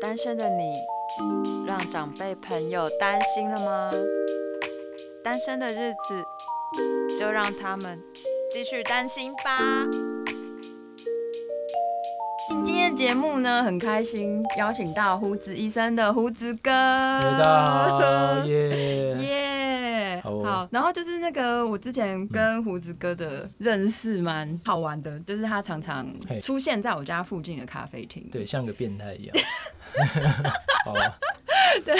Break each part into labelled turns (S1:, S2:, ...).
S1: 单身的你，让长辈朋友担心了吗？单身的日子，就让他们继续担心吧。今天的节目呢，很开心邀请到胡子医生的胡子哥。
S2: 哎大 家好，耶！
S1: 耶、
S2: 好哦
S1: 好，然后就是那个我之前跟胡子哥的认识蛮好玩的，就是他常常
S2: 嘿
S1: 出现在我家附近的咖啡厅。
S2: 对，像个变态一样。 好啊吧，
S1: 对，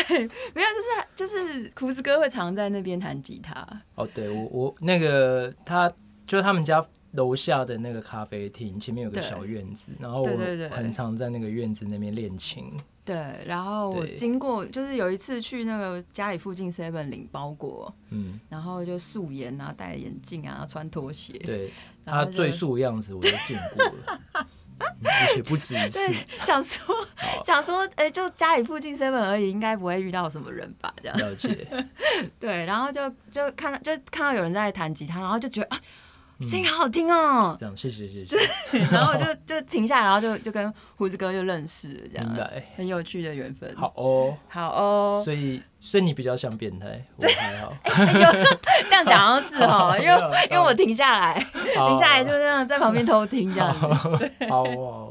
S1: 没有，就是就是胡子哥会常在那边弹吉他。
S2: 哦，对我我那个他就是他们家楼下的那个咖啡厅前面有个
S1: 对
S2: 小院子，然后
S1: 对对对
S2: 我很常在那个院子那边练琴。
S1: 对，然后我
S2: 对
S1: 经过，就是有一次去那个家里附近 Seven 领包裹，
S2: 嗯，
S1: 然后就素颜啊，戴眼镜啊，穿拖鞋。
S2: 对，
S1: 然后
S2: 他
S1: 就
S2: 最素的样子我都见过 了，嗯而且不止一次
S1: 对。， 想说想说，哎、就家里附近 Seven 而已，应该不会遇到什么人吧？这样
S2: 了解，
S1: 对，然后就就看到就看到有人在弹吉他，然后就觉得啊，
S2: 嗯
S1: 声音好好听哦、
S2: 这样谢 谢谢谢，
S1: 然后我就就停下来，然后就就跟胡子哥就认识了，这
S2: 明
S1: 样
S2: 白。
S1: 很有趣的缘分。
S2: 好哦，
S1: 好哦，
S2: 所以所以你比较像变态，我还 好。
S1: 这样讲好像是哦，因为
S2: 好
S1: 因为我停下来，停
S2: 好
S1: 下来就这样在旁边偷听这样子。
S2: 好哦，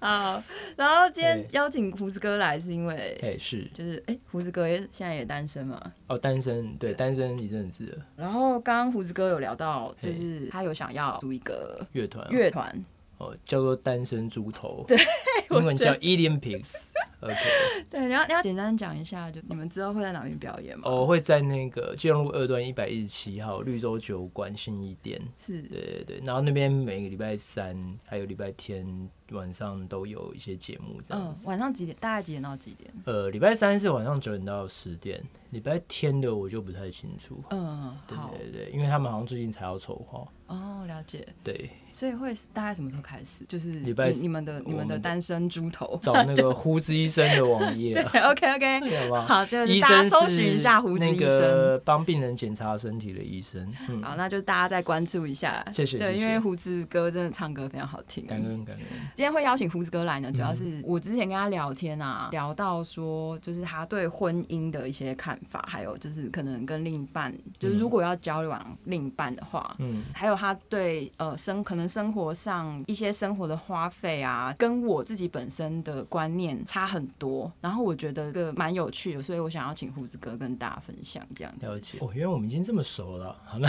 S1: 好，然后今天
S2: 对
S1: 邀请胡子哥来是因为
S2: 哎是
S1: 就是哎、胡子哥也现在也单身嘛。
S2: 哦，单身对单身一阵子了，
S1: 然后刚刚胡子哥有聊到，就是他有想要组一个
S2: 乐团啊
S1: 乐团，
S2: 哦，叫做单身猪头，对， 英文叫 Alien Pigs。OK，
S1: 对，你要你要简单讲一下，就你们之后会在哪边表演吗？
S2: 哦，会在那个基隆路二段一百一十七号绿洲酒馆信义店。
S1: 是
S2: 对对对，然后那边每个礼拜三还有礼拜天晚上都有一些节目这样
S1: 嗯
S2: 子。，
S1: 晚上几点？大概几点到几点？
S2: 呃，礼拜三是晚上九点到十点，礼拜天的我就不太清楚。
S1: 嗯，
S2: 对
S1: 好，
S2: 对对，因为他们好像最近才要筹划。
S1: 哦，了解。
S2: 对，
S1: 所以会是大概什么时候开始？就是你
S2: 礼拜四
S1: 你们的你们
S2: 我们
S1: 的
S2: 的
S1: 单身猪头。
S2: 找那个胡子医生的网 页
S1: 对
S2: 啊。
S1: ，OK OK，
S2: 对吧？
S1: 好，就是
S2: 医
S1: 大
S2: 生
S1: 家搜寻一下
S2: 是
S1: 胡子
S2: 那
S1: 医生。
S2: 个嗯帮病人检查身体的医生。嗯，
S1: 好，那就大家再关注一下。
S2: 谢谢
S1: 对，
S2: 谢谢
S1: 因为胡子哥真的唱歌非常好听。
S2: 感恩感恩。
S1: 今天会邀请胡子哥来呢，主要是我之前跟他聊天啊，聊到说就是他对婚姻的一些看法，还有就是可能跟另一半，就是如果要交往另一半的话。
S2: 嗯，
S1: 还有他对呃生可能生活上一些生活的花费啊，跟我自己本身的观念差很多，然后我觉得这个蛮有趣的，所以我想要请胡子哥跟大家分享这样子。
S2: 了解。哦，原来我们已经这么熟了。好， 那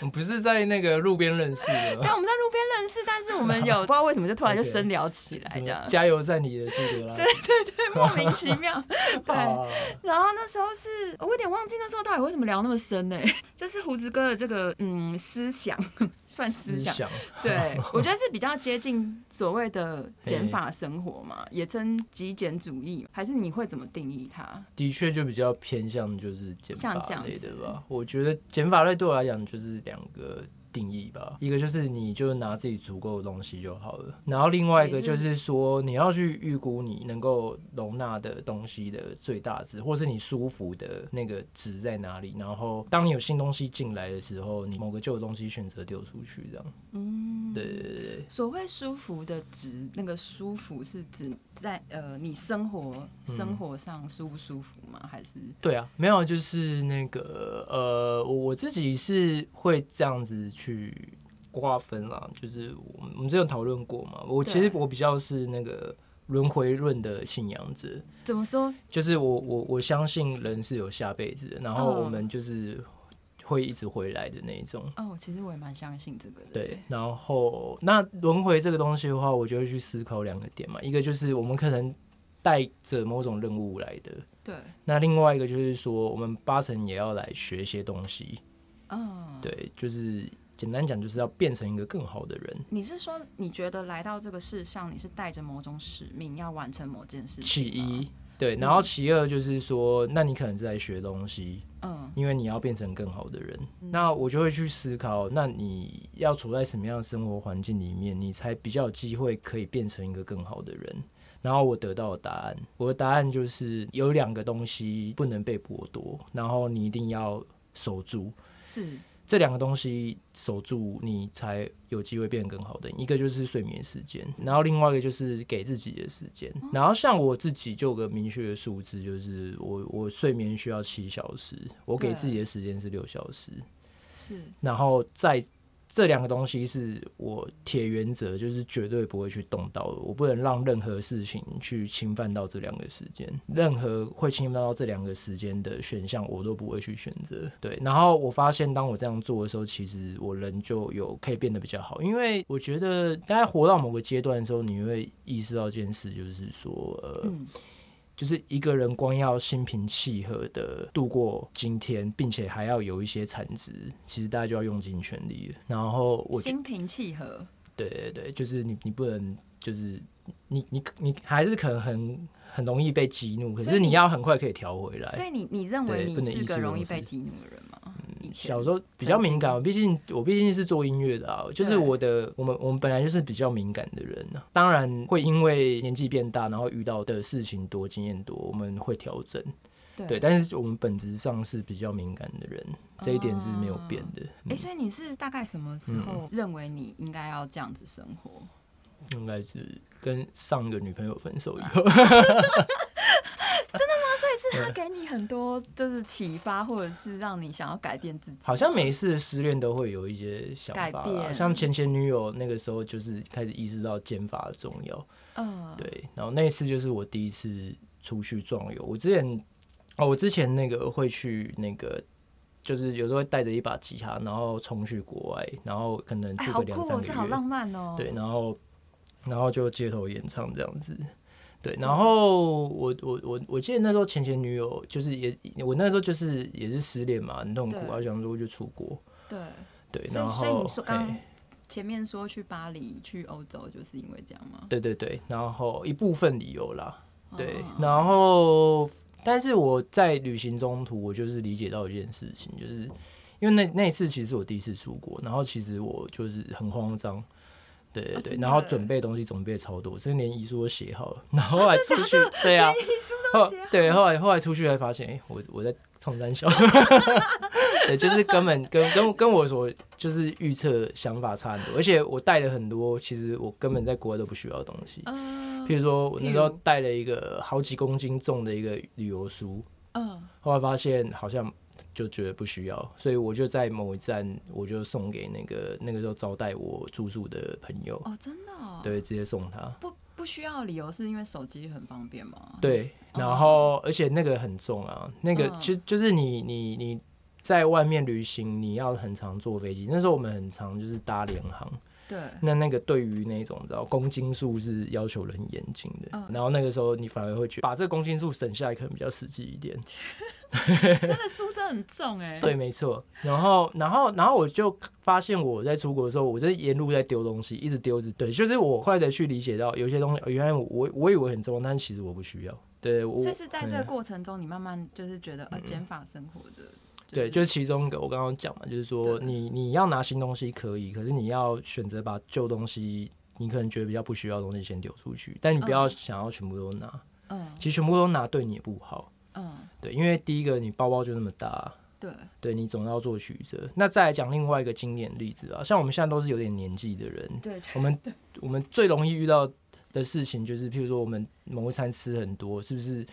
S2: 我们不是在那个路边认识的
S1: 对，。我们在路边认识，但是我们 有不知道为什么就突然就
S2: OK
S1: 深聊起来，
S2: 什
S1: 这
S2: 么
S1: 样
S2: 加油站里的苏格拉底？
S1: 莫名其妙。对，
S2: 啊
S1: 然后那时候是我有点忘记那时候到底为什么聊那么深呢、 就是胡子哥的这个嗯思想， 算思
S2: 思
S1: 想，
S2: 想
S1: 对我觉得是比较接近所谓的减法生活嘛，也称极简主义，还是你会怎么定义它？
S2: 的确就比较偏向就是减
S1: 像这
S2: 法
S1: 样
S2: 类
S1: 子
S2: 的吧。我觉得减法类对我来讲就是两个定义吧，一个就是你就拿自己足够的东西就好了，然后另外一个
S1: 也是
S2: 就是说你要去预估你能够容纳的东西的最大值，或是你舒服的那个值在哪里。然后当你有新东西进来的时候，你某个旧的东西选择丢出去，这样。
S1: 嗯，
S2: 对对对对，
S1: 所谓舒服的值，那个舒服是指在呃你生活
S2: 嗯
S1: 生活上舒不舒服吗？还是
S2: 对啊，没有，就是那个呃，我我自己是会这样子去瓜分啦，就是我们我们之前有讨论过嘛，我其实
S1: 对
S2: 我比较是那个轮回论的信仰者，
S1: 怎么说？
S2: 就是我我我相信人是有下辈子的，然后
S1: 嗯
S2: 我们就是会一直回来的那一种。
S1: 哦，其实我也蛮相信这个的。
S2: 对，然后那轮回这个东西的话，我就会去思考两个点嘛，一个就是我们可能带着某种任务来的，
S1: 对，
S2: 那另外一个就是说，我们八成也要来学一些东西，
S1: 嗯，
S2: 对，就是简单讲，就是要变成一个更好的人，
S1: 你是说你觉得来到这个世上，你是带着某种使命要完成某件事
S2: 其
S1: 情？，
S2: 一。对，然后其二就是说，那你可能是在学东西，
S1: 嗯，
S2: 因为你要变成更好的人。那我就会去思考，那你要处在什么样的生活环境里面，你才比较有机会可以变成一个更好的人。然后我得到的答案，我的答案就是有两个东西不能被剥夺，然后你一定要守住。
S1: 是
S2: 这两个东西守住，你才有机会变得更好的。一个就是睡眠时间，然后另外一个就是给自己的时间。然后像我自己就有个明确的数字，就是我我睡眠需要七小时，我给
S1: 对
S2: 自己的时间是六小时。
S1: 是
S2: 然后在这两个东西是我铁原则，就是绝对不会去动到的，我不能让任何事情去侵犯到这两个时间，任何会侵犯到这两个时间的选项我都不会去选择。对，然后我发现当我这样做的时候，其实我人就有可以变得比较好，因为我觉得大概活到某个阶段的时候，你会意识到一件事，就是说，呃，
S1: 嗯
S2: 就是一个人光要心平气和的度过今天，并且还要有一些产值，其实大家就要用尽全力了。然后我觉，
S1: 心平气和，
S2: 对对对，就是你你不能就是你你你还是可能很很容易被激怒，可
S1: 所
S2: 是
S1: 以你
S2: 你要很快可以调回
S1: 所
S2: 来。
S1: 以你你认为
S2: 对
S1: 你
S2: 不能
S1: 是
S2: 意
S1: 个
S2: 气
S1: 容
S2: 用
S1: 易被
S2: 事
S1: 激怒的人吗？以前
S2: 嗯小时候比较敏感，毕竟我毕竟是做音乐的啊，就是
S1: 对
S2: 我的我们我们本来就是比较敏感的人、啊、当然会因为年纪变大，然后遇到的事情多、经验多，我们会调整。对，
S1: 对，
S2: 但是我们本质上是比较敏感的人，这一点是没有变的。嗯
S1: 哎，所以你是大概什么时候认为你应该要这样子生活？
S2: 嗯应该是跟上个女朋友分手以后，
S1: 是
S2: 呃
S1: 他给你很多就是启发，或者是让你想要改变自己吗，
S2: 好像每一次失恋都会有一些想法
S1: 改
S2: 啦，
S1: 变
S2: 嗯像前前女友那个时候就是开始意识到减法的重要，
S1: 嗯，
S2: 对，然后那一次就是我第一次出去壮游，我之前哦，我之前那个会去那个。就是有时候会带着一把吉他，然后冲去国外，然后可能
S1: 哎，
S2: 住
S1: 好
S2: 个
S1: 酷
S2: 两三
S1: 哦，
S2: 个月。
S1: 这好浪漫哦，
S2: 对，，然后然后就街头演唱这样子。对，然后我我我我记得那时候前前女友就是也我那时候就是也是失恋嘛，很痛苦，
S1: 对
S2: 我想说就出国。
S1: 对，
S2: 对，
S1: 所
S2: 然
S1: 以
S2: 后
S1: 所以你说刚
S2: 嘿
S1: 刚前面说去巴黎、去欧洲，就是因为这样吗？
S2: 对对对，然后一部分理由啦，对
S1: 哦，
S2: 然后但是我在旅行中途，我就是理解到一件事情，就是因为那那一次其实是我第一次出国，然后其实我就是很慌张。对对
S1: 哦
S2: 对，
S1: 真的
S2: 然后准备东西准备超多，甚至连遗书都写好了。然后后来出去， 对啊，后
S1: 写好
S2: 对后来后来出去才发现，哎、我我在冲山小， 对，就是根本跟跟跟我所就是预测想法差很多，而且我带了很多其实我根本在国外都不需要的东西。
S1: 嗯
S2: 譬如说，我那时
S1: 譬
S2: 候
S1: 如
S2: 带了一个好几公斤重的一个旅游书，
S1: 嗯，
S2: 后来发现好像就觉得不需要，所以我就在某一站我就送给那个那个时候招待我住宿的朋友，
S1: 哦，真的、哦，，
S2: 对，直接送他。
S1: 不不需要理由，是因为手机很方便吗？
S2: 对，然后而且那个很重啊，那个
S1: 哦嗯
S2: 其实就是你你你在外面旅行，你要很常坐飞机。那时候我们很常就是搭联航，
S1: 对，
S2: 那那个对于那种你知道公斤数是要求人严谨的，
S1: 嗯
S2: 然后那个时候你反而会觉得把这个公斤数省下来可能比较实际一点。
S1: 真的书真的很重哎、
S2: 对，，没错。然后，然后，然后我就发现我在出国的时候，我这沿路在丢东西，一直丢，一直对，就是我快的去理解到有些东西，原来我我我以为很重要，但其实我不需要。对，我
S1: 所以是在这个
S2: 嗯
S1: 过程中，你慢慢就是觉得呃，减法生活的，
S2: 对，就是其中一个我刚刚讲嘛，就是说
S1: 对
S2: 你你要拿新东西可以，可是你要选择把旧东西，你可能觉得比较不需要的东西先丢出去，但你不要
S1: 嗯
S2: 想要全部都拿，
S1: 嗯
S2: 其实全部都拿对你也不好。
S1: 嗯，
S2: 对，因为第一个你包包就那么大，
S1: 对，
S2: 对你总要做取舍。那再来讲另外一个经典例子啊，像我们现在都是有点年纪的人，
S1: 对，
S2: 我们我们最容易遇到的事情就是，譬如说我们某一餐吃很多，是不是？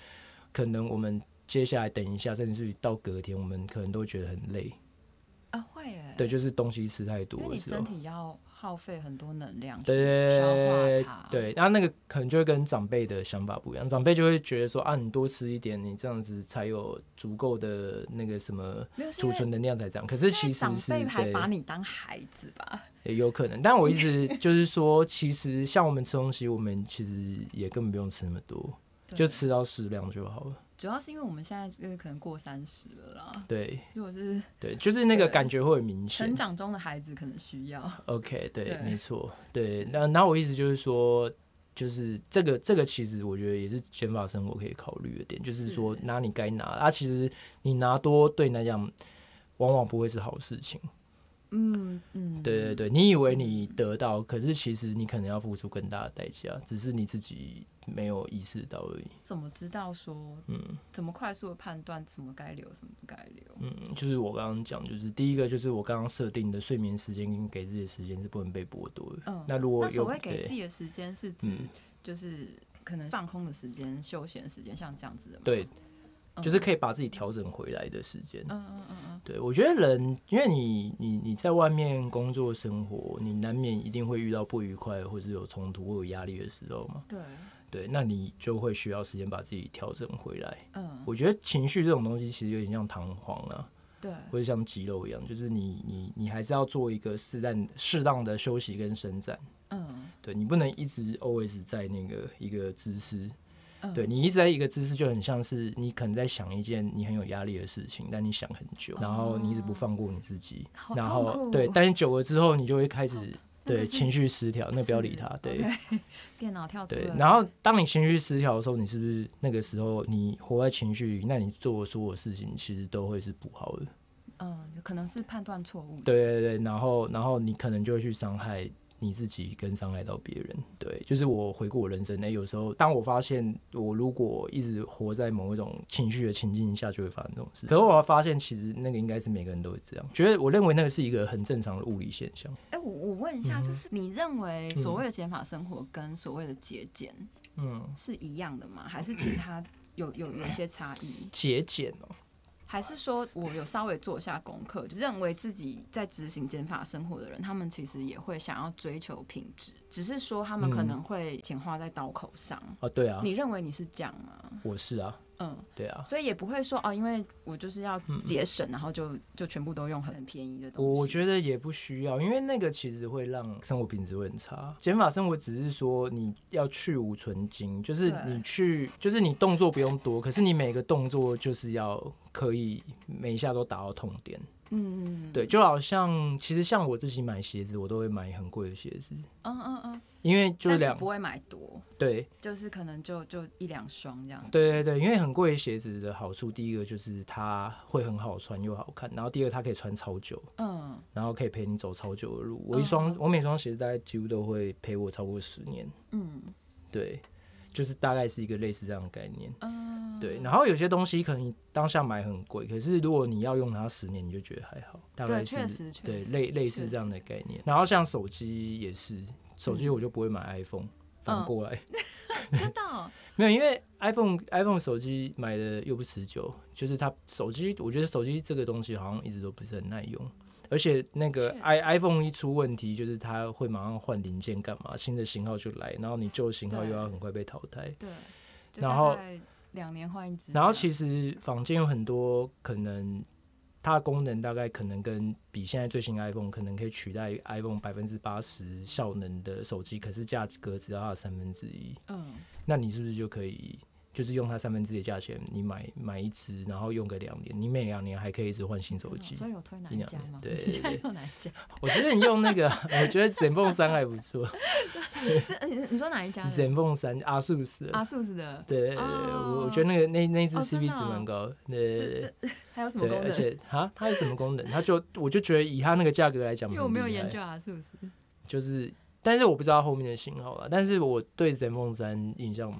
S2: 可能我们接下来等一下，甚至是到隔天，我们可能都觉得很累。
S1: 啊会哎、
S2: 对，，就是东西吃太多
S1: 因为
S2: 的
S1: 你
S2: 时候
S1: 身。体要耗费很多能量，
S2: 对对
S1: 消
S2: 对
S1: 化它，，
S2: 对，然后那个可能就会跟长辈的想法不一样，长辈就会觉得说啊，你多吃一点，你这样子才有足够的那个什么
S1: 没有是因
S2: 储
S1: 为
S2: 存能量才这样。可是其实
S1: 长
S2: 是
S1: 辈还
S2: 对
S1: 把你当孩子吧？
S2: 也有可能，但我一直就是说，其实像我们吃东西，我们其实也根本不用吃那么多，
S1: 对
S2: 就吃到适量就好了。
S1: 主要是因为我们现在就是可能过三十了啦，
S2: 对
S1: 如果是
S2: 对，就是那个
S1: 对
S2: 感觉会很明显
S1: 成。长中的孩子，可能需要。
S2: OK，对，
S1: 对
S2: 没错，对。那那我意思就是说，就是这个这个其实我觉得也是减法生活可以考虑的点，就是说
S1: 是
S2: 拿你该拿的啊，其实你拿多对你来讲，往往不会是好事情。
S1: 嗯嗯，
S2: 对对对，你以为你得到，可是其实你可能要付出更大的代价，只是你自己没有意识到而已。
S1: 怎么知道说，
S2: 嗯
S1: 怎么快速的判断什么该留，什么不该留？
S2: 嗯，就是我刚刚讲，就是第一个就是我刚刚设定的睡眠时间跟给自己的时间是不能被剥夺的。
S1: 嗯，
S2: 那如果
S1: 所
S2: 有
S1: 谓给自
S2: 对
S1: 己的时间是指
S2: 嗯
S1: 就是可能放空的时间、休闲时间，像这样子的吗？
S2: 对，
S1: 嗯，
S2: 就是可以把自己调整回来的时间。
S1: 嗯嗯嗯嗯，
S2: 对，我觉得人，因为你你你在外面工作生活，你难免一定会遇到不愉快，或是有冲突、或有压力的时候嘛。
S1: 对，
S2: 对，那你就会需要时间把自己调整回来。
S1: 嗯
S2: 我觉得情绪这种东西其实有点像弹簧啊，
S1: 对，
S2: 或者像肌肉一样，就是你你你还是要做一个适当适当的休息跟伸展。
S1: 嗯
S2: 对你不能一直 always 在那个一个姿势，
S1: 嗯，
S2: 对你一直在一个姿势，就很像是你可能在想一件你很有压力的事情，但你想很久，然后你一直不放过你自己，
S1: 哦好
S2: 然
S1: 痛
S2: 后
S1: 苦
S2: 对，但是久了之后，你就会开始
S1: 那就
S2: 对
S1: 是
S2: 情绪失调，那不要理
S1: 是
S2: 他，对
S1: OK，电脑跳出
S2: 对
S1: 来。。
S2: 然后当你情绪失调的时候，你是不是那个时候你活在情绪里，那你做的所有事情其实都会是不好的，
S1: 嗯，可能是判断错误。，
S2: 对对对，然后然后你可能就会去伤害你自己，跟伤害到别人。对，就是我回顾我人生，哎、有时候当我发现我如果一直活在某一种情绪的情境下，就会发生这种事。可是我发现，其实那个应该是每个人都会这样，觉得我认为那个是一个很正常的物理现象。
S1: 哎、我我问一
S2: 嗯
S1: 下，就是你认为所谓的减法生活跟所谓的节俭
S2: 嗯，
S1: 是一样的吗？还是其他有有有一些差异？
S2: 节俭哦，
S1: 还是说我有稍微做一下功课，就认为自己在执行减法生活的人，他们其实也会想要追求品质，只是说他们可能会简化在刀口上。
S2: 啊，对嗯啊，
S1: 你认为你是这样吗？
S2: 我是啊，
S1: 嗯，
S2: 对啊。
S1: 所以也不会说哦，因为我就是
S2: 嗯
S1: 要节省，然后就就全部都用很便宜的东西。
S2: 我觉得也不需要，因为那个其实会让生活品质会很差。减法生活只是说你要去无存精，就是
S1: 对
S2: 你去，就是你动作不用多，可是你每个动作就是要可以每一下都达到痛点。
S1: 嗯，嗯，嗯
S2: 对，，就好像其实像我自己买鞋子，我都会买很贵的鞋子，
S1: 嗯嗯嗯，
S2: 因为就是
S1: 但
S2: 两
S1: 不会买多，
S2: 对
S1: 就是可能就就一两双这样。
S2: 对对对，因为很贵的鞋子的好处，第一个就是它会很好穿又好看，然后第二它可以穿超久。
S1: 嗯，
S2: 然后可以陪你走超久的路。我一
S1: 嗯
S2: 双，我每双鞋子大概几乎都会陪我超过十年。
S1: 嗯
S2: 对，就是大概是一个类似这样的概念。
S1: 嗯，
S2: 对，然后有些东西可能你当下买很贵，可是如果你要用它十年，你就觉得还好，大概
S1: 对，
S2: 是
S1: 确实，确
S2: 对
S1: 实
S2: 类类似这样的概念。然后像手机也是，
S1: 嗯
S2: 手机我就不会买 iPhone，、反过来
S1: 真的哦，
S2: 没有，因为 iPhone iPhone 手机买的又不持久，就是它手机，我觉得手机这个东西好像一直都不是很耐用，而且那个
S1: 确实
S2: i iPhone 一出问题，就是它会马上换零件干嘛，新的型号就来，然后你旧的型号
S1: 对
S2: 又要很快被淘汰。
S1: 对，就
S2: 然
S1: 大
S2: 后
S1: 概两年换一只这样，
S2: 然后其实坊间有很多可能，它的功能大概可能跟比现在最新的 iPhone 可能可以取代 iPhone 百分之八十效能的手机，可是价格只要它的三分之一。
S1: 嗯
S2: 那你是不是就可以就是用它三分之一的价钱，你买买一只，然后用个两年，你每两年还可以一直换新手
S1: 真的哦
S2: 机
S1: 所。以有推哪
S2: 一
S1: 一
S2: 两
S1: 家
S2: 年
S1: 吗？
S2: 对
S1: 你
S2: 对
S1: 现在
S2: 对
S1: 用哪一家？
S2: 我觉得你 用那个，我觉得 Zenfone 三还不错
S1: 这你你说哪一家的？
S2: ，Zenfone 三阿素斯的。
S1: 阿素斯的，
S2: 对对对，我我觉得那个那那只
S1: 啊哦
S2: CP
S1: 真的
S2: 值蛮
S1: 哦
S2: 高的，对对
S1: 这
S2: 对
S1: 这 还有什么
S2: 对，
S1: 功
S2: 而
S1: 能？
S2: 且啊，它有什么功能？它就我就觉得以它那个价格来讲，
S1: 因为我没有
S2: 很厉害
S1: 研究阿素斯，
S2: 就是，但是我不知道后面的型号了，但是我对 Zenfone 三印象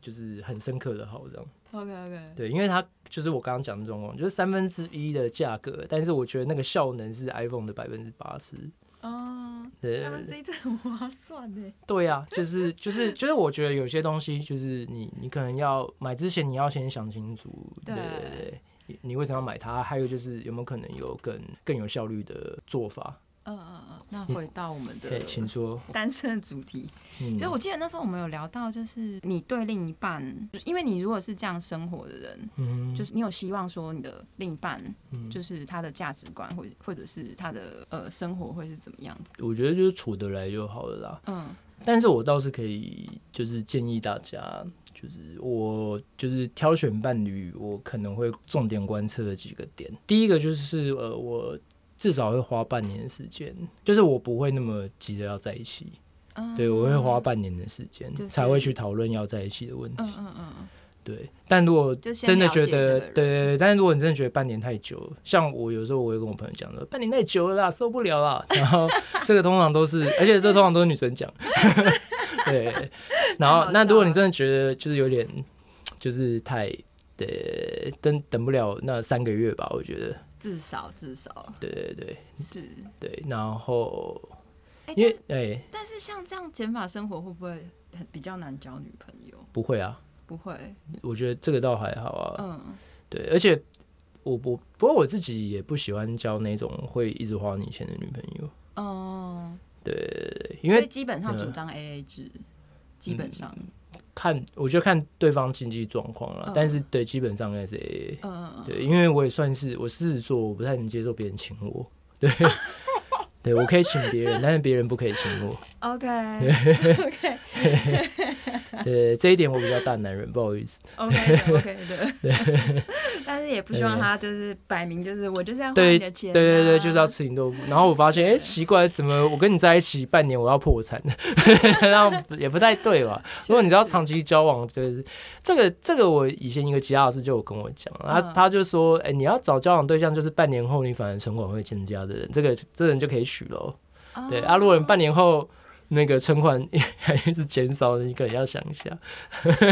S2: 就是很深刻的好这样。
S1: OK OK，
S2: 对，因为它就是我刚刚讲的状况，就是三分之一的价格，但是我觉得那个效能是 iPhone 的百分之八十。
S1: 哦，
S2: 对
S1: 三分之一这很划算呢。
S2: 对啊，就是就是就是，我觉得有些东西就是你你可能要买之前你要先想清楚，对
S1: 对
S2: 对对，你你为什么要买它？还有就是有没有可能有更更有效率的做法？
S1: 嗯嗯嗯，那回到我们的
S2: 对，请说。
S1: 单身的主题，
S2: 嗯
S1: 所以我记得那时候我们有聊到，就是你对另一半，因为你如果是这样生活的人，
S2: 嗯
S1: 就是你有希望说你的另一半，
S2: 嗯
S1: 就是他的价值观，或者或者是他的呃生活会是怎么样子？
S2: 我觉得就是处得来就好了啦。
S1: 嗯
S2: 但是我倒是可以，就是建议大家，就是我就是挑选伴侣，我可能会重点观测的几个点。第一个就是呃，我至少会花半年的时间，就是我不会那么急着要在一起，
S1: 嗯，
S2: 对我会花半年的时间
S1: 就是
S2: 才会去讨论要在一起的问题。
S1: 嗯嗯嗯嗯，
S2: 对，但如果
S1: 就先
S2: 真的
S1: 了解
S2: 觉
S1: 这
S2: 得，
S1: 个人
S2: 对对对，但是如果你真的觉得半年太久了，像我有时候我会跟我朋友讲说，半年太久了啦，受不了啦。然后这个通常都是，而且这通常都是女生讲。对，然
S1: 太好
S2: 后那
S1: 笑
S2: 如果你
S1: 了
S2: 真的觉得就是有点，就是太呃等等不了那三个月吧，我觉得，
S1: 至少至少
S2: 对对对
S1: 是。
S2: 对，然后
S1: 哎、但
S2: 因为
S1: 是
S2: 哎、
S1: 但是像这样减法生活会不会很比较难交女朋友？
S2: 不会啊，
S1: 不会，
S2: 我觉得这个倒还好啊，
S1: 嗯，
S2: 对，而且我我不过我自己也不喜欢交那种会一直花你钱的女朋友，
S1: 哦、
S2: 对，因
S1: 所以
S2: 为
S1: 基本上
S2: 嗯
S1: 主张 A A 制，基本上，
S2: 看我觉得看对方经济状况了，
S1: 嗯
S2: 但是对基本上应该是 AA，
S1: 嗯，
S2: 对，因为我也算是我狮子座，我不太能接受别人请我，对，对我可以请别人，但是别人不可以请我，
S1: 嗯 OK
S2: 对，这一点我比较大男人，不好意思，
S1: OK 的 OK 的， 但是也不希望他就是摆明就是我就是要花
S2: 对
S1: 你的钱、啊，
S2: 对对对，就是要吃你豆腐。然后我发现，哎、奇怪，怎么我跟你在一起半年，我要破产？ 那也不太对吧？如果你知道长期交往，就是这个这个，我以前一个吉他老师就有跟我讲，他
S1: 嗯
S2: 他就说，哎、你要找交往对象，就是半年后你反而存款会增加的人，这个这人就可以娶喽。
S1: 哦
S2: 对啊，如果你半年后。那个存款 还是减少的，你可能要想一下。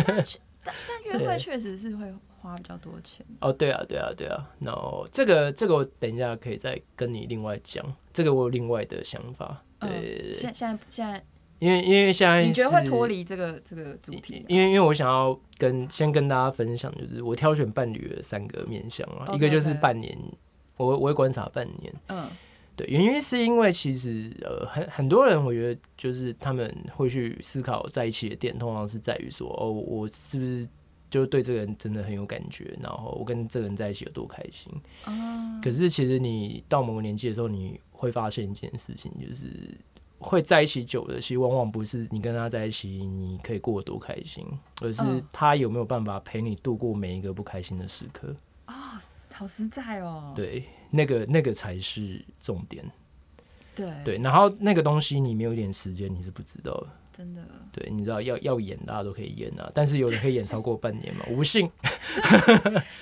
S1: 但约会
S2: 对
S1: 确实是会花比较多钱，
S2: 哦，对啊，对啊，对啊。然后这个这个，我等一下可以再跟你另外讲。这个我有另外的想法。
S1: 嗯
S2: 对对对
S1: 现现在现在
S2: 因为因为现在
S1: 你觉得会
S2: 是
S1: 脱？离这个这个主题？
S2: 因为因为我想要跟先跟大家分享，就是我挑选伴侣的三个面向啊，
S1: OK，
S2: 一个就是
S1: OK
S2: 半年，我我会观察半年。
S1: 嗯
S2: 对，原因是因为其实呃很很多人，我觉得就是他们会去思考在一起的点，通常是在于说哦，我是不是就对这个人真的很有感觉，然后我跟这个人在一起有多开心。
S1: 啊，
S2: 可是其实你到某个年纪的时候，你会发现一件事情，就是会在一起久了，其实往往不是你跟他在一起你可以过得多开心，而是
S1: 嗯
S2: 他有没有办法陪你度过每一个不开心的时刻。
S1: 好实在哦，
S2: 对，那个那个才是重点。
S1: 对
S2: 对，然后那个东西你没有一点时间你是不知道的。
S1: 真的，
S2: 对，你知道要要演大家都可以演啊，但是有人可以演超过半 年嘛？我不信。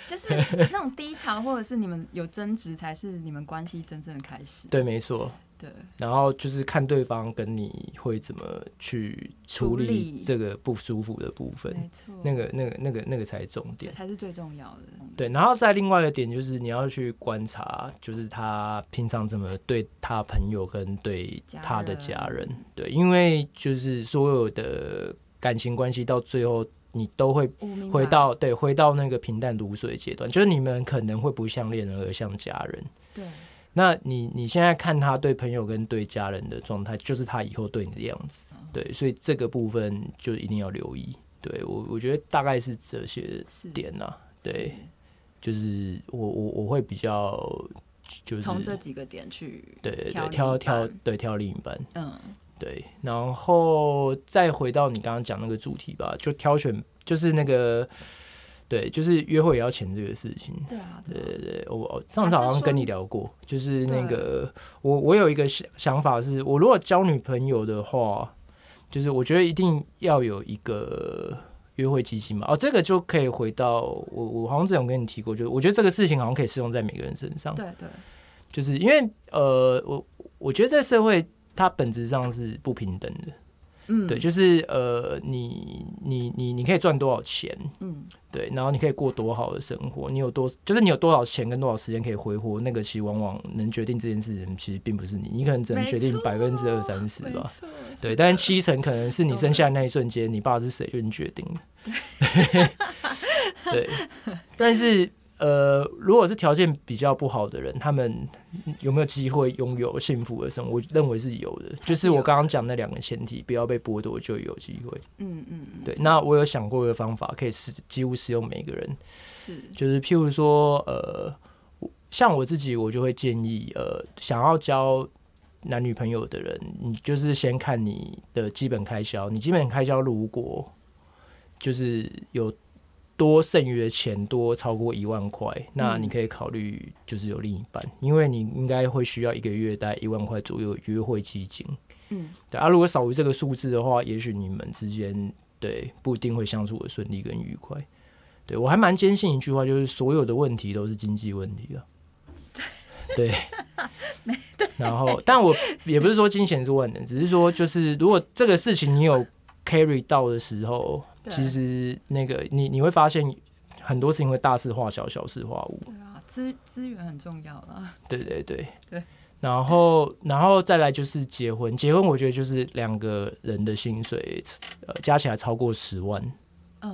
S1: 就是那种低潮，或者是你们有争执，才是你们关系真正的开始。
S2: 对，没错。
S1: 对，
S2: 然后就是看对方跟你会怎么去处
S1: 处理
S2: 理这个不舒服的部分。
S1: 没错，
S2: 那个、那个、那个、那个才是重
S1: 这
S2: 点。
S1: 才是最重要的。嗯
S2: 对，然后再另外一个点就是你要去观察，就是他平常怎么对他朋友跟对他的
S1: 家
S2: 家
S1: 人
S2: 人。对，因为就是所有的感情关系到最后，你都会
S1: 我明白
S2: 回到对回到那个平淡如水的阶段，就是你们可能会不像恋人而像家人。
S1: 对，
S2: 那你你现在看他对朋友跟对家人的状态，就是他以后对你的样子，
S1: 嗯
S2: 对，所以这个部分就一定要留意。对我，我觉得大概是这些
S1: 是
S2: 点呐、对，
S1: 嗯是
S2: 就是我我我会比较就是
S1: 从这几个点去
S2: 对
S1: 挑
S2: 对对
S1: 另
S2: 挑
S1: 一
S2: 挑
S1: 半
S2: 对挑另一半，
S1: 嗯
S2: 对，然后再回到你刚刚讲那个主题吧，就挑选就是那个对，就是约会也要钱这个事情，
S1: 对啊
S2: 对
S1: 对
S2: 对
S1: 啊
S2: 对，我我上次好像跟你聊过，就是那
S1: 对
S2: 个我我有一个想想法是，我如果交女朋友的话，就是我觉得一定要有一个约会基金嘛。哦，这个就可以回到我我好像之前有跟你提过，就是我觉得这个事情好像可以适用在每个人身上，
S1: 啊对对
S2: 就是因为呃，我我觉得在社会它本质上是不平等的，
S1: 嗯
S2: 对，就是呃，你你你你可以赚多少钱，
S1: 嗯
S2: 对，然后你可以过多好的生活，你有多就是你有多少钱跟多少时间可以挥霍，那个其实往往能决定这件事情，其实并不是你，你可能只能决定
S1: 没错
S2: 百分之二三十
S1: 没
S2: 吧。
S1: 错是
S2: 对，但是七成可能是你
S1: 懂
S2: 生下来那一瞬间，你爸是谁就你决定的。 对，但是呃，如果是条件比较不好的人，他们有没有机会拥有幸福的生活？我认为是有的，就是我刚刚讲那两个前提，不要被剥夺就有机会。
S1: 嗯嗯嗯
S2: 对，那我有想过一个方法，可以适几乎适用每个人，
S1: 是
S2: 就是譬如说，呃，我像我自己，我就会建议，呃，想要交男女朋友的人，你就是先看你的基本开销，你基本开销如果就是有多剩余的钱多超过一万块，那
S1: 嗯
S2: 你可以考虑就是有另一半，因为你应该会需要一个月大概一万块左右的约会基金。
S1: 嗯
S2: 对啊，如果少于这个数字的话，也许你们之间对不一定会相处的顺利跟愉快。对我还蛮坚信一句话，就是所有的问题都是经济问题啊。对，然后，但我也不是说金钱是万能，只是说就是如果这个事情你有 carry 到的时候，
S1: 对
S2: 其实那个你你会发现很多事情会大事化小，小事化无。
S1: 对啊，资资源很重要啦。
S2: 对对对
S1: 对。
S2: 然后，然后再来就是结婚，结婚我觉得就是两个人的薪水，呃，加起来超过十万。
S1: 嗯，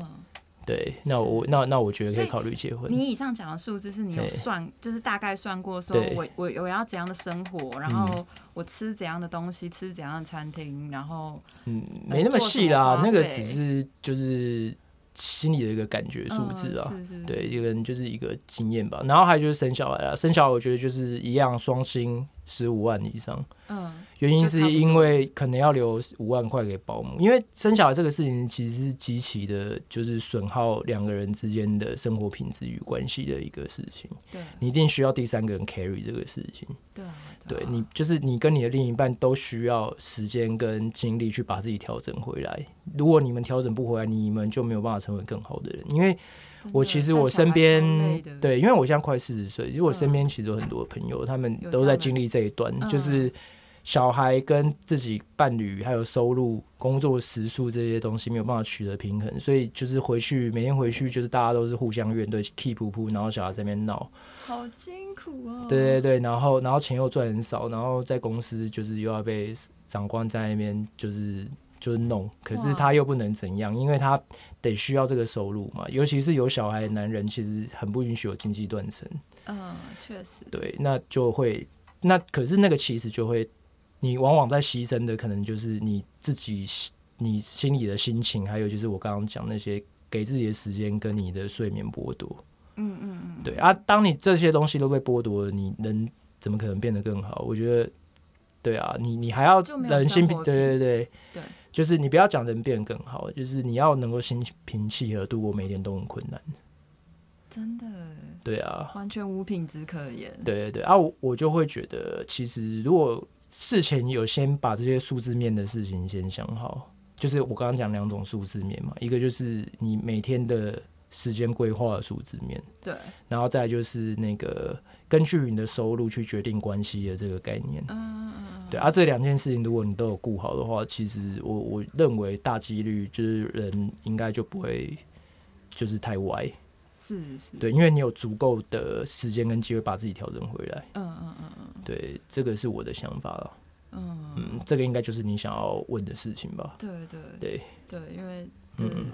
S2: 对，那我那那我觉得可以考虑结婚。
S1: 你以上讲的数字是你有
S2: 对
S1: 算，就是大概算过，说
S2: 对嗯
S1: 我我我要怎样的生活，然后我吃怎样的东西，吃怎样的餐厅，然后
S2: 嗯，没那么
S1: 做什
S2: 细
S1: 么
S2: 啦
S1: 花，
S2: 那个
S1: 费
S2: 只是就是心里的一个感觉数字啊。
S1: 嗯是是，
S2: 对，一个人就是一个经验吧。然后还有就是生小孩啊，生小孩我觉得就是一样，双薪十五万以上。
S1: 嗯，
S2: 原因
S1: 就差不
S2: 是
S1: 多
S2: 因为可能要留五万块给保姆，因为生小孩这个事情其实是极其的，就是损耗两个人之间的生活品质与关系的一个事情。
S1: 对
S2: 你一定需要第三个人 carry 这个事情，
S1: 对啊
S2: 对
S1: 啊
S2: 你就是你跟你的另一半都需要时间跟精力去把自己调整回来。如果你们调整不回来，你们就没有办法成为更好的人，因为
S1: 真
S2: 我
S1: 的
S2: 其实
S1: 带
S2: 我
S1: 小
S2: 身
S1: 孩
S2: 边
S1: 超累的
S2: 对，因为我现在快四十岁，其实我身
S1: 嗯
S2: 边其实有很多朋友，他们
S1: 有
S2: 都
S1: 这
S2: 在
S1: 样的
S2: 经历这一段，就
S1: 嗯
S2: 是小孩跟自己伴侣还有收入、工作时数这些东西没有办法取得平衡，所以就是回去每天回去就是大家都是互相怨对，keep 噗噗，然后小孩在那边闹，
S1: 好辛苦哦，
S2: 对对对，然后然后钱又赚很少，然后在公司就是又要被长官在那边就是就是弄，可是
S1: 哇
S2: 他又不能怎样，因为他得需要这个收入嘛。尤其是有小孩的男人，其实很不允许有经济断层，
S1: 嗯，确实，
S2: 对，那就会那可是那个其实就会，你往往在牺牲的可能就是你自己你心里的心情，还有就是我刚刚讲那些给自己的时间跟你的睡眠剥夺。
S1: 嗯嗯嗯，
S2: 对啊，当你这些东西都被剥夺了，你能怎么可能变得更好？我觉得，对啊，你你还要
S1: 就没有
S2: 人心
S1: 生活
S2: 平，对对对
S1: 对
S2: 就是你不要讲人变得更好，就是你要能够心平气和度过每一天都很困难。
S1: 真的
S2: 对啊，
S1: 完全无品质可言，
S2: 对对对啊，我我就会觉得，其实如果事前有先把这些数字面的事情先想好，就是我刚刚讲两种数字面嘛，一个就是你每天的时间规划的数字面。
S1: 对，
S2: 然后再来就是那个根据你的收入去决定关系的这个概念。
S1: 嗯嗯
S2: 对啊，这两件事情如果你都有顾好的话，其实我我认为大几率就是人应该就不会就是太歪。
S1: 是是，
S2: 对，因为你有足够的时间跟机会把自己调整回来。
S1: 嗯嗯嗯嗯
S2: 对，这个是我的想法了。
S1: 嗯，
S2: 嗯，这个应该就是你想要问的事情吧？
S1: 对对
S2: 对，
S1: 对，因为就是、
S2: 嗯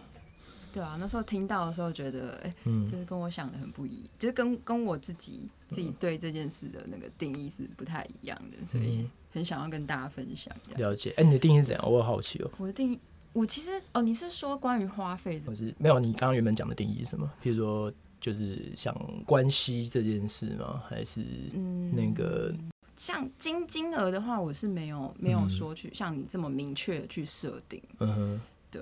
S1: 对啊，那时候听到的时候觉得，哎、
S2: 嗯
S1: 就，是跟我想的很不一，就是跟跟我自己自
S2: 嗯
S1: 己对这件事的那个定义是不太一样的，所以
S2: 嗯
S1: 很想要跟大家分享这样。
S2: 了解。哎、你的定义是怎样？我好奇哦。
S1: 我的定义，我其实哦，你是说关于花费怎
S2: 我
S1: 么？
S2: 是没有你刚刚原本讲的定义是什么？譬如说，就是想关系这件事吗？还是
S1: 嗯
S2: 那个
S1: 像金金额的话，我是没有没有
S2: 嗯
S1: 说去、像你这么明确地去设定，
S2: 嗯哼
S1: 对。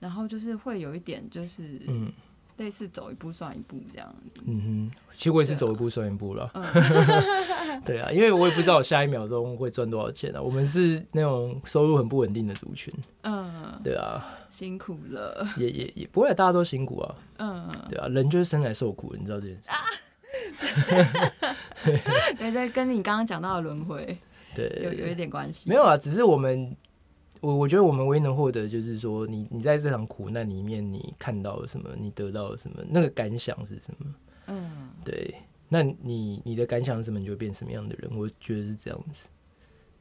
S1: 然后就是会有一点，就是
S2: 嗯
S1: 类似走一步算一步这样子。
S2: 嗯哼，其实我也是走一步算一步了。
S1: 嗯
S2: 对啊，因为我也不知道我下一秒钟会赚多少钱啊。我们是那种收入很不稳定的族群，
S1: 嗯，
S2: 对啊，
S1: 辛苦了。
S2: 也也也不会，大家都辛苦啊，
S1: 嗯，啊
S2: 对啊，人就是生来受苦，你知道这件事。
S1: 对，这跟你刚刚讲到的轮回有有一
S2: 对，
S1: 点关系。
S2: 没有啊，只是我们。我我觉得我们唯一能获得就是说你，你在这场苦难里面，你看到了什么，你得到了什么，那个感想是什么？
S1: 嗯，
S2: 对，那你你的感想是什么，你就会变什么样的人？我觉得是这样子。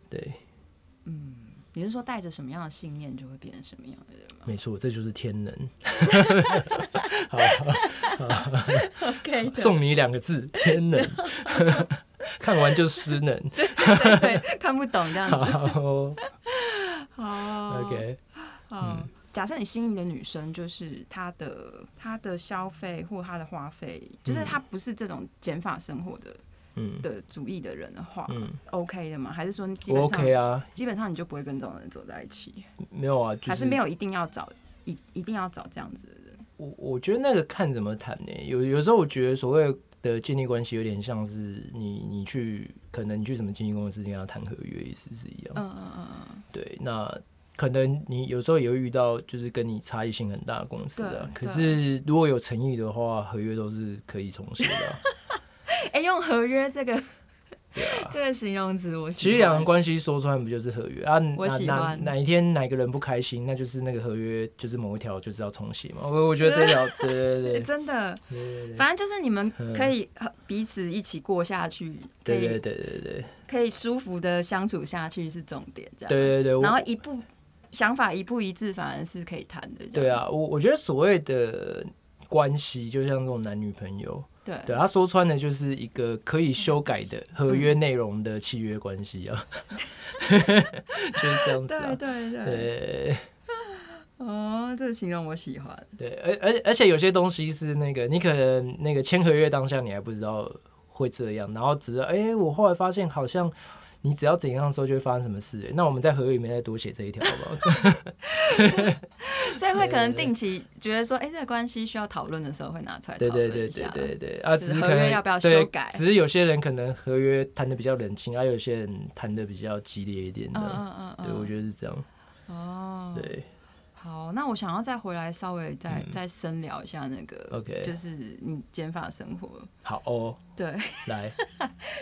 S2: 对，
S1: 你是说带着什么样的信念就会变成什么样的人吗
S2: 没错，这就是天能。
S1: ？OK，
S2: 送你两个字：天能。 看完就失 能。
S1: 对对，看不懂这样子。
S2: 好
S1: 好
S2: ，OK，嗯
S1: 好。假设你心仪的女生就是她的她的消费或她的花费，就是她不是这种减法生活的
S2: 嗯
S1: 的主义的人的话、
S2: 嗯，
S1: o k 的吗？还是说你基
S2: 我
S1: 本上
S2: OK 啊，
S1: 基本上你就不会跟这种人走在一起，
S2: 没有啊，就
S1: 还
S2: 是
S1: 是没有一定要找一一定要找这样子的人？
S2: 我我觉得那个看怎么谈呢、有有时候我觉得所谓的建立关系，有点像是你你去可能你去什么经纪公司跟他谈合约，意思是一样。
S1: 嗯嗯嗯嗯，
S2: 对，那可能你有时候也会遇到就是跟你差异性很大的公司啊，
S1: 对
S2: 可是如果有诚意的话，合约都是可以重写的啊、
S1: 哎、用合约这个
S2: 对啊。
S1: 这个形容词，我喜
S2: 其实两
S1: 欢
S2: 人关系说穿不就是合约啊？
S1: 我
S2: 哪
S1: 喜
S2: 哪
S1: 欢
S2: 哪一天哪个人不开心，那就是那个合约就是某一条就是要重写嘛。我我觉得这条对对对
S1: 欸真的，
S2: 对对嗯
S1: 反正就是你们可以和彼此一起过下去，可
S2: 对对对
S1: 以
S2: 对对对
S1: 可以舒服的相处下去是重点，这样。
S2: 对对，我
S1: 然后一步想法一步一致，反而是可以谈的。这
S2: 对
S1: 样，
S2: 啊，我我觉得所谓的关系，就像这种男女朋友，
S1: 对
S2: 对他啊说穿的就是一个可以修改的
S1: 嗯
S2: 合约内容的契约关系 啊，就是这样子
S1: 对
S2: 啊。
S1: 对对，
S2: 对
S1: 哦，这个形容我喜欢。
S2: 对，而而而且有些东西是那个，你可能那个签合约当下你还不知道会这样，然后只是哎、我后来发现好像你只要怎样的时候就会发生什么事、哎那我们在合约里面再多写这一条好不好？
S1: 所以会可能
S2: 对对对
S1: 定期觉得说，哎、这个关系需要讨论的时候会拿出来讨
S2: 对对
S1: 论
S2: 对
S1: 一
S2: 对
S1: 下。
S2: 对对啊，
S1: 就是
S2: 只是
S1: 合
S2: 可
S1: 约
S2: 能
S1: 要不要
S2: 对
S1: 修改
S2: 只是有些人可能合约谈的比较冷清，而、啊有些人谈的比较激烈一点的。
S1: 嗯嗯嗯嗯，
S2: 对，我觉得是这样。
S1: 得哦，
S2: 对嗯
S1: 好，那我想要再回来稍微再、再深聊一下那个
S2: ，OK，
S1: 就是你减法生活。
S2: 好哦，
S1: 对，
S2: 来，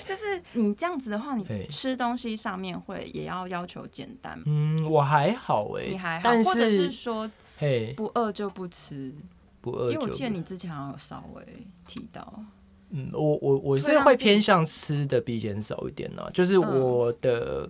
S1: 就是你这样子的话，
S2: 嘿
S1: 你吃东西上面会也要要求简单吗，
S2: 嗯，我还好哎、
S1: 你还好，
S2: 但
S1: 或者是
S2: 是
S1: 说
S2: 嘿，
S1: 不饿就不吃，
S2: 不
S1: 因
S2: 饿
S1: 为
S2: 就
S1: 我记得
S2: 不
S1: 你之前好像有稍微提到，
S2: 嗯，我我我
S1: 会
S2: 是
S1: 让
S2: 会
S1: 自己
S2: 偏向吃的比以前少一点呢、就是
S1: 嗯
S2: 我的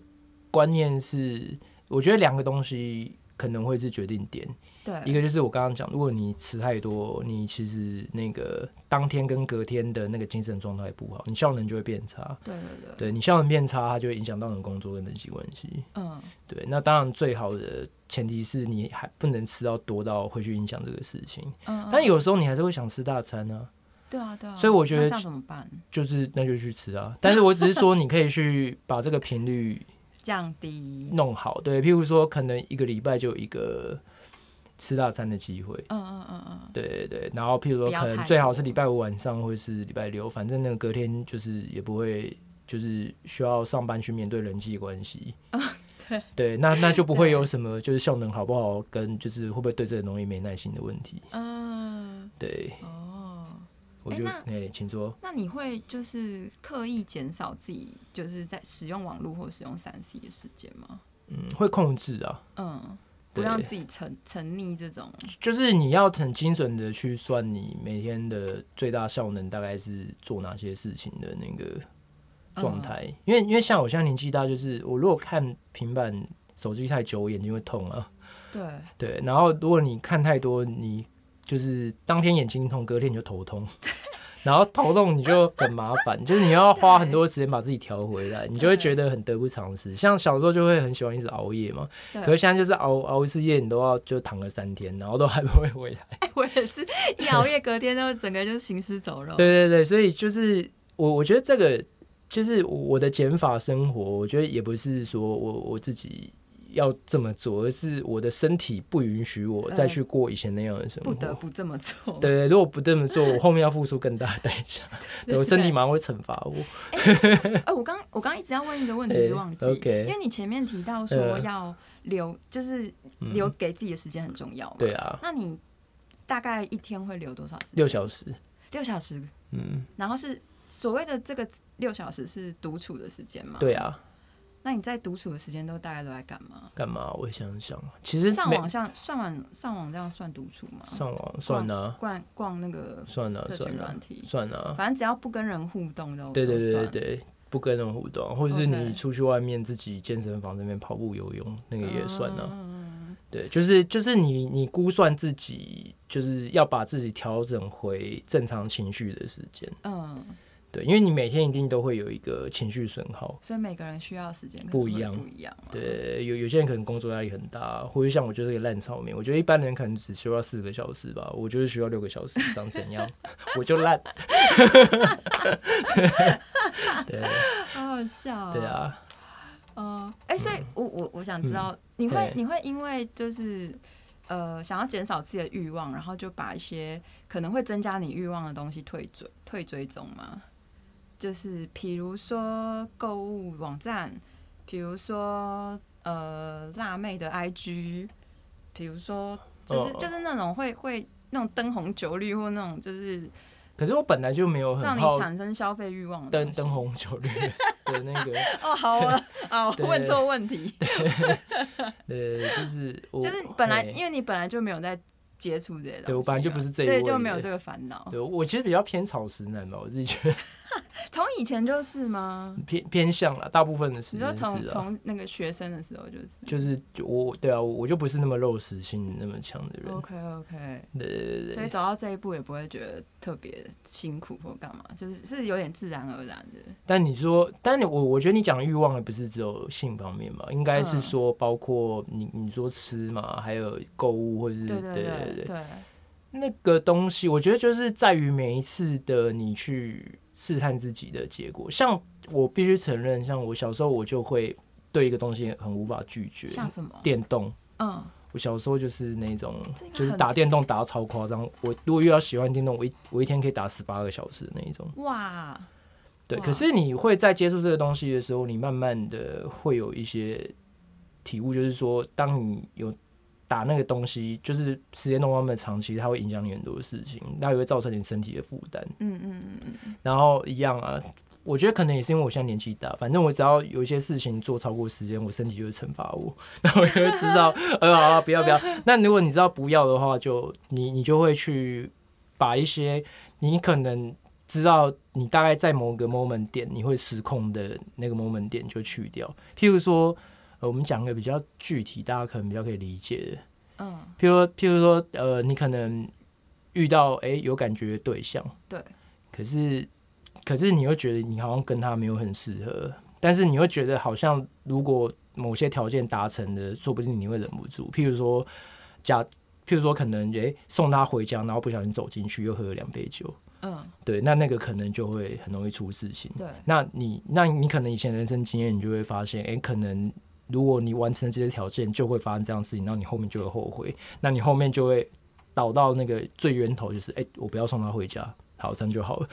S2: 观念是，我觉得两个东西可能会是决定点，一
S1: 对，
S2: 个就是我刚刚讲，如果你吃太多，你其实那个当天跟隔天的那个精神状态不好，你效能就会变差。
S1: 对对对，
S2: 对你效能变差，它就会影响到你的工作跟人际关系。
S1: 嗯，
S2: 对，那当然最好的前提是你还不能吃到多到会去影响这个事情。
S1: 嗯嗯
S2: 但有时候你还是会想吃大餐啊，
S1: 对啊对啊，
S2: 所以我觉得
S1: 那这样怎么办？
S2: 就是那就去吃啊。但是我只是说你可以去把这个频率
S1: 降低，
S2: 弄好。对，譬如说可能一个礼拜就有一个吃大餐的机会。
S1: 嗯嗯嗯嗯，
S2: 对对对，然后譬如
S1: 不
S2: 说
S1: 要
S2: 可
S1: 太
S2: 能最好
S1: 多
S2: 是礼拜五晚上或是礼拜六，反正那个隔天就是也不会就是需要上班去面对人际 关系。
S1: 哦
S2: 对那那就不会有什么就是效能好不好跟就是会不会对这个东西没耐心的问题。
S1: 嗯
S2: 对，
S1: 哦。
S2: 我
S1: 诶
S2: 觉得
S1: 那
S2: 哎、请说。
S1: 那你会就是刻意减少自己就是在使用网络或使用三 C 的时间吗？
S2: 嗯，会控制啊，
S1: 嗯，不
S2: 对
S1: 让自己沉沉溺这种。
S2: 就是你要很精准的去算你每天的最大效能大概是做哪些事情的那个状态，因为因为像我现在年纪大，就是我如果看平板、手机太久，我眼睛会痛啊。
S1: 对，
S2: 对，然后如果你看太多，你就是当天眼睛痛，隔天你就头痛，然后头痛你就很麻烦，就是你要花很多时间把自己调回来，你就会觉得很得不偿失。像小时候就会很喜欢一直熬夜嘛，
S1: 对
S2: 可是现在就是熬熬一次夜，你都要就躺个三天，然后都还不会回来。
S1: 我也是一熬夜，隔天都整个就行尸走肉。，
S2: 对对对，所以就是我我觉得这个就是我的减法生活，我觉得也不是说我我自己要这么做，而是我的身体不允许我再去过以前那样的生活。
S1: 不得不这么做。
S2: 对对，如果不这么做，我后面要付出更大的代 价，对我身体马上会惩罚我。
S1: 哎、我刚我刚一直要问一个问题，
S2: 哎
S1: 一直忘记，
S2: ，OK
S1: 因为你前面提到说
S2: 呃嗯
S1: 要留，就是留给自己的时间很重要嘛。
S2: 对。啊，
S1: 那你大概一天会留多少时间？
S2: 六小时，
S1: 六小时。
S2: 嗯，
S1: 然后是所谓的这个六小时是独处的时间吗？。
S2: 对啊，
S1: 那你在独处的时间都大概都在干嘛？
S2: 干嘛？我想想，其实
S1: 上
S2: 没
S1: 网上上网上网这样算独处吗？
S2: 上网算啊，
S1: 逛逛那个
S2: 算啊，
S1: 社
S2: 算
S1: 群
S2: 啊
S1: 软，体，
S2: 算啊，
S1: 反正只要不跟人互动都
S2: 对对
S1: 都
S2: 对对
S1: 算
S2: 对，不跟人互动，或者是
S1: OK
S2: 你出去外面自己健身房那边跑步、游泳，那个也算啊。
S1: 嗯
S2: 对，就是就是你你估算自己，就是要把自己调整回正常情绪的时间。
S1: 嗯，
S2: 对，因为你每天一定都会有一个情绪损耗。
S1: 所以每个人需要的时间可能
S2: 不
S1: 会
S2: 一样
S1: 不一样嘛。
S2: 对，有有些人可能工作压力很大，啊或者像我就是个烂草莓，我觉得一般人可能只需要四个小时吧，我就是需要六个小时以上，怎样？我就烂。对
S1: 好好笑、
S2: 对，啊，
S1: 哦，哎、所以我我我想知道，你会
S2: 嗯对
S1: 你会因为就是呃想要减少自己的欲望，然后就把一些可能会增加你欲望的东西退追退追踪吗？就是比如说购物网站，比如说呃辣妹的 IG，比如说就是、
S2: 哦
S1: 就是那种会会那种灯红酒绿或那种就是
S2: 可是我本来就没有
S1: 让
S2: 很
S1: 你
S2: 好
S1: 产生消费欲望的
S2: 灯
S1: 东西
S2: 灯红酒绿 的那个，
S1: 哦，好 啊，啊，
S2: 对
S1: 问错问题，
S2: 呃，就是我
S1: 就是本来
S2: 嘿
S1: 因为你本来就没有在接触这些东西啊，
S2: 对我本来就不是这一
S1: 所以
S2: 位
S1: 就
S2: 的
S1: 没有这个烦恼。
S2: 对我其实比较偏草食男吧，我自己觉得
S1: 从以前就是吗？
S2: 偏偏向了，大部分的时
S1: 你
S2: 间
S1: 说
S2: 是
S1: 从
S2: 啊，
S1: 从那个学生的时候就是
S2: 就是就我对啊，我我就不是那么肉食性那么强的人，
S1: ，OK OK，
S2: 对对对
S1: 所
S2: 对
S1: 以走到这一步也不会觉得特别辛苦或干嘛，就是是有点自然而然的。
S2: 但你说，但你我我觉得你讲的欲望还不是只有性方面吧，应该是
S1: 嗯
S2: 说包括你你说吃嘛，还有购物或者是
S1: 对
S2: 对
S1: 对
S2: 对
S1: 对，
S2: 那个东西，我觉得就是在于每一次的你去试探自己的结果。像我必须承认，像我小时候我就会对一个东西很无法拒绝，
S1: 像什么？
S2: 电动。
S1: 嗯，
S2: 我小时候就是那种
S1: 这个，
S2: 就是
S1: 很
S2: 打电动打到超夸张。我如果又要喜欢电动，我一我一天可以打十八个小时的那一种。
S1: 哇，
S2: 对，
S1: 哇
S2: 可是你会在接触这个东西的时候，你慢慢的会有一些体悟，就是说，当你有打那个东西，就是时间弄方面的长期，它会影响你很多事情，那也会造成你身体的负担。
S1: 嗯嗯嗯嗯嗯，
S2: 然后一样啊，我觉得可能也是因为我现在年纪大，反正我只要有一些事情做超过时间，我身体就会惩罚我， 那我就会知道， 呃，好、啊，不要不要。那如果你知道不要的话，就你你就会去把一些你可能知道你大概在某个 moment 点你会失控的那个 moment 点就去掉，譬如说。呃，我们讲个比较具体，大家可能比较可以理解的，
S1: 嗯，
S2: 譬如说譬如说，呃，你可能遇到诶有感觉的对象，
S1: 对，
S2: 可是可是你又觉得你好像跟他没有很适合，但是你又觉得好像如果某些条件达成的，说不定你会忍不住，譬如说假。譬如说，可能诶、送他回家，然后不小心走进去，又喝了两杯酒，
S1: 嗯，
S2: 对，那那个可能就会很容易出事情。
S1: 对，
S2: 那你，那你可能以前人生经验，你就会发现，诶、可能如果你完成了这些条件，就会发生这样的事情，那你后面就会后悔，那你后面就会导到那个最源头，就是诶、我不要送他回家，好，这样就好了。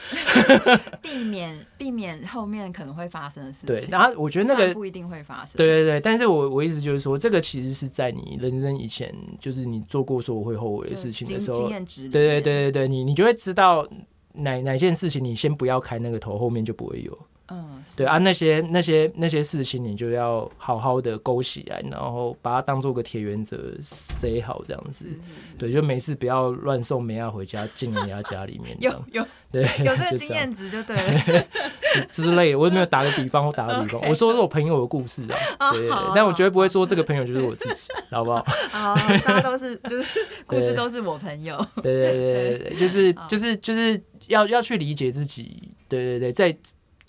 S1: 避免避免后面可能会发生的事情。
S2: 对，然后我觉得那
S1: 虽然
S2: 个，
S1: 不一定会发生。
S2: 对，对对，但是我我意思就是说，这个其实是在你人生以前，就是你做过所有会后悔的事情的时
S1: 经
S2: 候，
S1: 验值里面。
S2: 对对对对对，你你就会知道哪哪件事情你先不要开那个头，后面就不会有。
S1: 嗯，是
S2: 对啊，那些那些那些事情，你就要好好的勾起来，然后把它当做个铁原则塞好这样子
S1: 是。是是
S2: 对，就没事不要乱送梅亚回家，进人家家里面这
S1: 有
S2: 样，
S1: 有
S2: 对，
S1: 有这
S2: 就
S1: 个经验值就 对了。
S2: 之之类的，我也没有打个比方，我打个比 方，我说是我朋友的故事啊，
S1: 哦
S2: 对，
S1: 好啊
S2: 但我绝对不会说这个朋友就是我自己，好不好？
S1: 好，哦大家都是就是故事都是我朋友。
S2: 对对对对对，就是就是就是要要去理解自己，对对对，在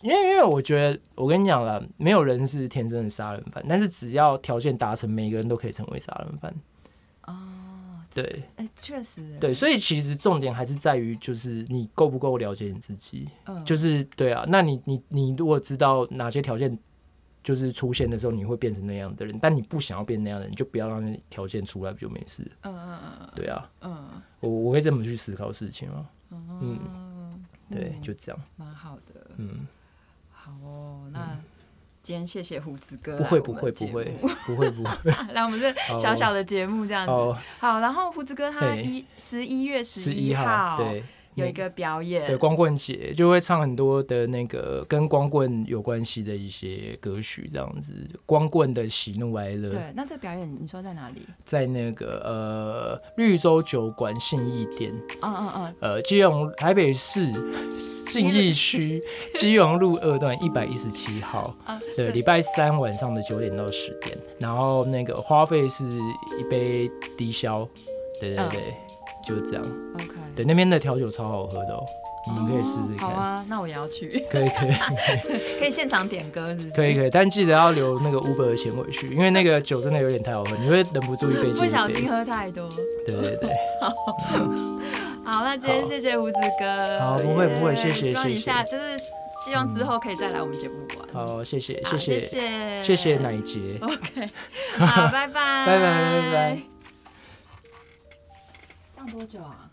S2: 因为因为我觉得我跟你讲了，没有人是天生的杀人犯，但是只要条件达成，每个人都可以成为杀人犯。
S1: 哦，
S2: 对
S1: 哎，确实，
S2: 对，所以其实重点还是在于，就是你够不够了解你自己。
S1: 嗯，
S2: 就是对啊，那你你你如果知道哪些条件就是出现的时候，你会变成那样的人，但你不想要变那样的人，你就不要让那些条件出来，不就没事？
S1: 嗯嗯
S2: 对啊，
S1: 嗯
S2: 我我会这么去思考事情啊。
S1: 嗯嗯，
S2: 对，
S1: 嗯
S2: 就这样。
S1: 蛮好的。
S2: 嗯，
S1: 好哦，那今天谢谢胡子哥，
S2: 不会不会不会，不会不会。
S1: 来我们 这小小的节目这样子。
S2: 哦，
S1: 好，然后胡子哥他
S2: 嘿
S1: 一十一月 十
S2: 十
S1: 一
S2: 一号对
S1: 有一个表演，
S2: 对光棍节就会唱很多的那个跟光棍有关系的一些歌曲，这样子。光棍的喜怒哀乐，
S1: 对，那这表演你说在哪里？
S2: 在那个呃绿洲酒馆信义店。
S1: 嗯嗯嗯，
S2: 呃，基隆台北市信 义区基隆路二段一百一十七号
S1: 啊，
S2: 对，
S1: 对
S2: 礼拜三晚上的九点到十点，然后那个花费是一杯低消，对对
S1: 嗯
S2: 对，就这样。
S1: OK，
S2: 对，那边的调酒超好喝的哦，你们可以试试
S1: 好
S2: 看。
S1: 啊，那我也要去，
S2: 可以可以
S1: 可以现场点歌是不是？
S2: 可以可以，但记得要留那个 Uber 的钱回去，因为那个酒真的有点太好喝，你会忍不住一杯 接
S1: 不
S2: 一
S1: 小心
S2: 杯。
S1: 喝太多。
S2: 对对对，
S1: 好，那今天
S2: 好
S1: 谢谢胡子哥。
S2: 好不会不会
S1: 耶
S2: 谢谢
S1: 希望你
S2: 谢谢
S1: 下就是希望之后可以再来我们节目玩。好，
S2: 好，谢谢谢
S1: 谢
S2: 谢
S1: 谢
S2: 谢谢。奶杰。
S1: OK，好，拜拜，
S2: 拜拜拜拜。
S1: 这样多久啊？